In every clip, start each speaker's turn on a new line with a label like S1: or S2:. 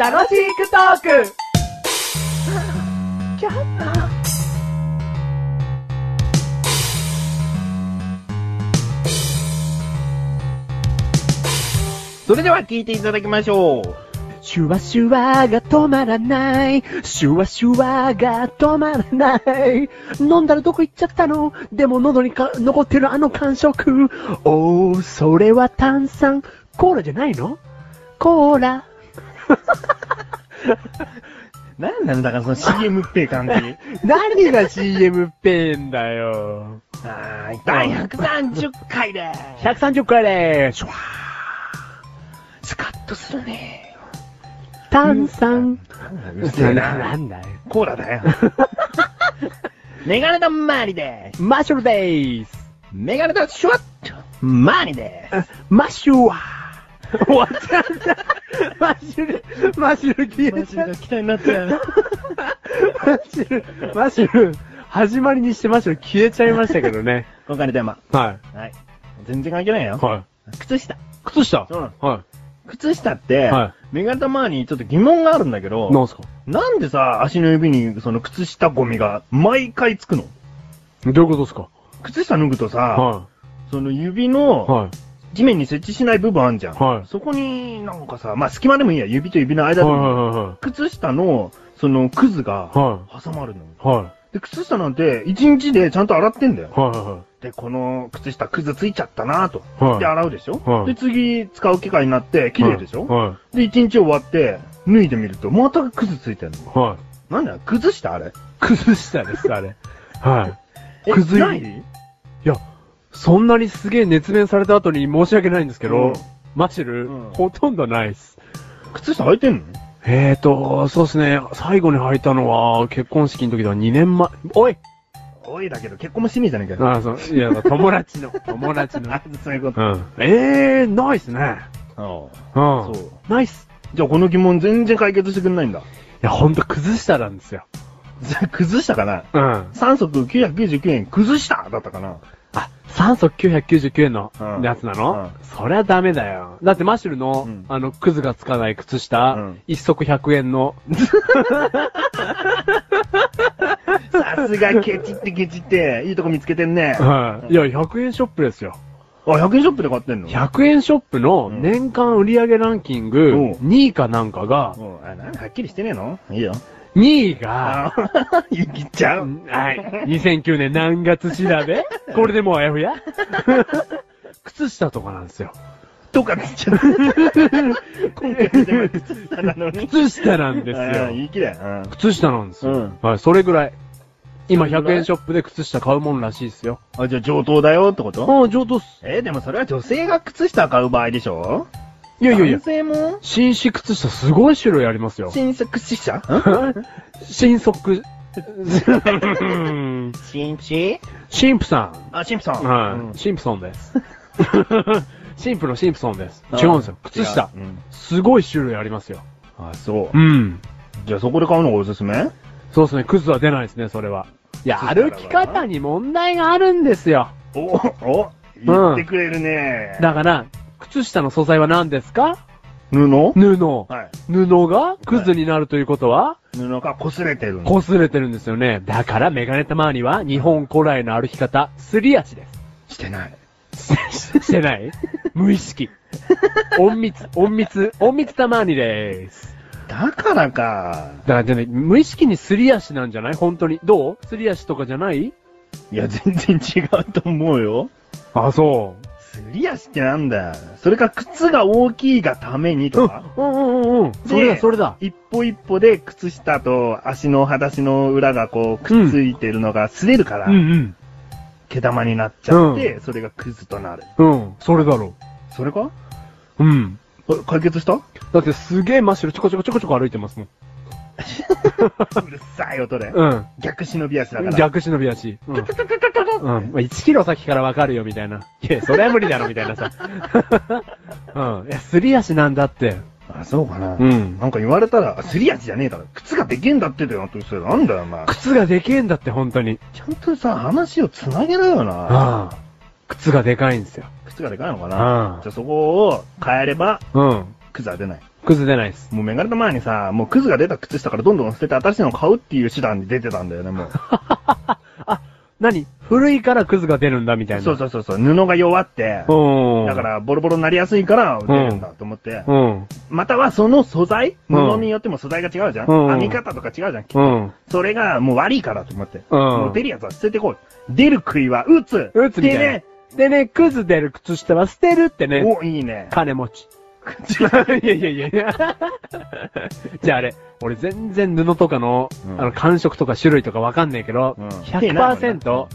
S1: 楽しくトーク
S2: それでは聞いていただきましょう。
S1: シュワシュワが止まらない。シュワシュワが止まらない。飲んだらどこ行っちゃったのでも喉にか残ってるあの感触。おー、それは炭酸。コーラじゃないのコーラ。
S2: なんなんだかその CM っぺえ感じ。
S1: 何が CM ペンだよ。
S2: はーい。第130回でーす。
S1: 130回でーす。
S2: スカッとするね
S1: 炭酸。
S2: うるせえな。
S1: んだよ。
S2: コーラだよ。 メガネタ周りでーす。
S1: マッシュルでーす。
S2: メガネタシュワッと周りでーす。
S1: マッシュは。終わっちゃった。マッシュル、マッシュル消えちゃった。
S2: 期待になったよ。
S1: マッシュル、マッシュル、始まりにしてマッシュル消えちゃいましたけどね。
S2: 今回のテーマ。
S1: は
S2: はい。全然関係ない
S1: い。
S2: よ。
S1: は
S2: 靴下。
S1: い。靴下
S2: そうなの
S1: は
S2: 靴下って、
S1: は
S2: メガネタ周りにちょっと疑問があるんだけ
S1: い。な
S2: ど、
S1: んすか
S2: なんでさ、足の指にその靴下ゴミが毎回つくの
S1: どういうことですか
S2: 靴下脱ぐとさ、
S1: は
S2: その指
S1: い。
S2: の
S1: はい。
S2: 地面に設置しない部分あんじゃん。
S1: はい
S2: そこになんかさ、まあ、隙間でもいいや、指と指の間
S1: はい
S2: でも、
S1: は
S2: 靴下の、その、クズが、
S1: いは
S2: 挟まるのよ。
S1: い。はい。
S2: で、靴下なんて、一日でちゃんと洗ってんだよ。
S1: はいは
S2: で、この靴下、クズついちゃったなぁと。
S1: いはい。
S2: で、
S1: はい。
S2: 洗うでしょ、
S1: はい
S2: で、次、使う機会になって、綺麗でしょ、
S1: は
S2: で、一日終わって、脱いでみると、またクズついてんの。
S1: い。はい。
S2: なんだよ、靴下あれ
S1: 靴下です、あれ。はい。
S2: え
S1: クズい
S2: ない
S1: そんなにすげえ熱弁された後に申し訳ないんですけ
S2: う
S1: ど
S2: ん、
S1: マッシュル
S2: うん、
S1: ほとんどないっす。
S2: 靴下履いてんの
S1: えーと、そうですね、最後に履いたのは、結婚式の時だ、2年前。おい
S2: おいだけど、結婚もしてねえじゃねえかよ。
S1: あそう、いや、友達の、 友達の
S2: あ。、 そういうこと。
S1: うん。えー、ないっすね。
S2: あ
S1: うん。
S2: あそう。
S1: ないっす。
S2: じゃあこの疑問全然解決してくんないんだ。
S1: いや、ほんと、崩したなんですよ。
S2: 崩したかな
S1: うん。
S2: 酸素999円崩しただったかな
S1: あ、酸素999円の
S2: うん
S1: やつなの、
S2: う
S1: そりゃダメだよ。だってマッシュルの、
S2: うん
S1: あの、クズがつかない靴下、
S2: うん
S1: 一足100円の、
S2: さすがケチってケチって、いいとこ見つけてんね。あ、
S1: はい。いや、100円ショップですよ。
S2: 100円ショップで買ってんの
S1: 100円ショップの
S2: うん
S1: 年間売上ランキング
S2: うん
S1: 2位かなんかが、
S2: もうあ、なんかはっきりしてねえのいいよ。
S1: 2位が、
S2: あ、 いきちゃ
S1: う
S2: う。
S1: んはい。2009年何月調 べこれでもうあやふや靴下とかなん ですよ。
S2: とかってちゃう。 今回でも靴下なのに。
S1: 靴下なんです
S2: あ
S1: よ。
S2: いい気だよ。うん
S1: 靴下なんですよ。
S2: うん
S1: はい、それぐらい。今
S2: それぐ
S1: 100
S2: らい
S1: 円ショップで靴下買うもんらしいですよ。
S2: あ、じゃあ上等だよってこと
S1: ああ、上等っす。
S2: えー、でもそれは女性が靴下買う場合でしょ
S1: いやいやいや
S2: 男、性も
S1: 紳士靴下すごい種類ありますよ。
S2: 新作靴下
S1: 新足、うん
S2: 新地
S1: 神父さん。
S2: あ、シンプソン。うん
S1: はい。シンプソ ンです。シンプのシンプソンです。
S2: あ
S1: 違うんですよ。靴下。
S2: 違ううん
S1: すごい種類ありますよ。
S2: あ、そう
S1: う。ん。
S2: じゃあそこで買うのがおすすめ
S1: そうですね。クズは出ないですね、それは。いや、
S2: 靴下だから
S1: 歩き方に問題があるんですよ。
S2: お、お、言ってくれるね。
S1: だから、靴下の素材は何ですか
S2: 布
S1: 布。
S2: はい。
S1: 布がクズになるということは、
S2: 布が擦れてるの。
S1: 擦れてるんですよね。だから、メガネたまには、日本古来の歩き方、すり足です。
S2: してない。
S1: してない無意識。隠密、隠密、隠密たまにでーす。
S2: だからか。
S1: だからじゃね、無意識にすり足なんじゃない本当に。どうすり足とかじゃない
S2: いや、全然違うと思うよ。
S1: あ、そ
S2: すり足ってなんだよ。それか靴が大きいがために
S1: う
S2: と
S1: ん
S2: か。、
S1: うんうんうんうん。それだ、
S2: で
S1: それだ。
S2: 一歩一歩で靴下と足の裸足の裏がこうくっついてるのが擦れるから、
S1: うん
S2: 毛玉になっちゃって、それがクズとなる。
S1: うん。うん、それだろ
S2: それか
S1: う。うん。
S2: お解決 したう
S1: だってすげえ真っ白ちょこちょこちょこちょこ歩いてますもん。
S2: るさい音で。
S1: うん。
S2: 逆忍び足だから。
S1: 逆忍び足。うん。うん。まあ、1キロ先からわかるよ、みたいな。いや、それは無理だろ、みたいなさ。 うん。いや、すり足なんだって。
S2: あ、そうかな。
S1: うん。
S2: なんか言われたら、あすり足じゃねえだろ。靴がでけえんだってだよ。それなんだよ、お前。
S1: 靴がでけえんだって、本当に。
S2: ちゃんとさ、話をつなげろよな。
S1: ああ。靴がでかいんですよ。
S2: 靴がでかいのか
S1: う
S2: な、
S1: ん
S2: じ。ゃあそこを変えれば、
S1: うん。
S2: クズは出ない。
S1: 崩れないです。
S2: もうメガネの前にさ、もうクズが出た靴下からどんどん捨てて新しいのを買うっていう手段に出てたんだよね、 もう。
S1: 何古いからクズが出るんだみたいな。
S2: そうそうそうそう、布が弱って、
S1: うん。
S2: だか、らボロボロになりやすいから出るんだと思って、
S1: うん。
S2: またはその素材、
S1: うん
S2: 布によっても素材が違うじゃん、
S1: うん
S2: 編み方とか違うじゃん、
S1: うん。
S2: それがもう悪いからと思って、
S1: うん
S2: もう出るやつは捨ててこい。出る杭は打つ
S1: 打つみたい
S2: で
S1: な
S2: ね、
S1: でね、クズ出る靴下は捨てるってね、
S2: お、いいね。
S1: 金 持ち。いやいやいやいや。 じゃああれ、俺全然布とかの、
S2: うん
S1: あの感触とか種類とかわかんないけど、
S2: うん
S1: 100%、
S2: うん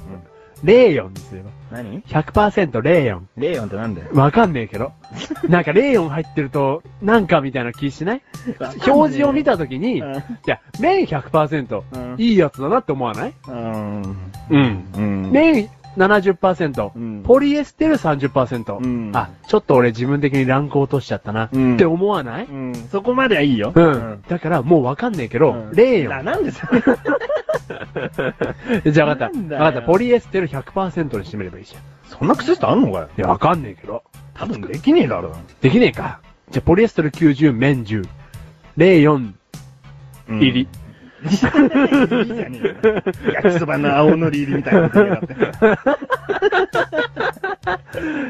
S1: レーヨンですよ。
S2: 何
S1: 100%レーヨン。
S2: レイヨンってなんだよ。
S1: わかんねえ けど。なんかレーヨン入ってると、なんかみたいな気しない 表示を見
S2: た。
S1: たときに、いや、麺100%、
S2: うん
S1: いいやつだなって思わない
S2: うん。
S1: うん。
S2: うん。
S1: 麺70%、
S2: うん
S1: ポリエステル30%、
S2: うん
S1: あ、ちょっと俺自分的にランク落としちゃったな、
S2: うん
S1: って思わない
S2: うん。そこまではいいよ。
S1: うん、だからもうわかんねえけど、
S2: うん
S1: レー
S2: あ
S1: ヨ
S2: なんでそ れ
S1: ン。じゃあわかっ
S2: なん
S1: た。
S2: だ
S1: わ
S2: よ
S1: かった。ポリエステル100%にしてみればいいじゃん。い
S2: そんな靴下あんのかよ。
S1: や、わかんねえけど。
S2: 多分できねえだろ。
S1: できねえか。じゃあ、ポリエステル90、綿10、レーヨン
S2: うん
S1: 入り。。
S2: いいじゃねえよ焼きそばの青のり入りみたいなことになって。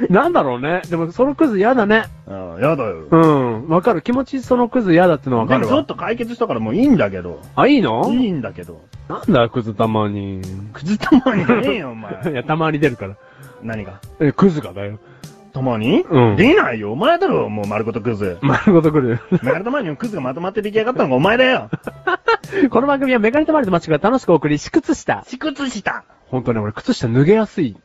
S1: なんだろうね。でも、そのクズ嫌だね。
S2: うん、やだよ。
S1: うん。わかる。気持ちそのクズ嫌だってのはわ
S2: で
S1: か
S2: も
S1: る
S2: ちょっ
S1: わ。
S2: と解決したからもういいんだけど。
S1: あ、いいの
S2: いいんだけど。
S1: なんだよ、クズたまに。
S2: くずたまにじゃねえよ、お前。
S1: いや、たまに出るから。
S2: 何が
S1: え、クズがだよ。
S2: たまに、
S1: うん
S2: 出ないよ、お前だろ、もう丸ごとクズ。
S1: 丸ごとくる。
S2: メガネたまにもクズがまとまって出来上がったのがお前だよ。
S1: この番組はメガネとマリとマッチから楽しくお送り、し靴下。
S2: しくつした。
S1: 本当ね、俺、靴下脱げやすい。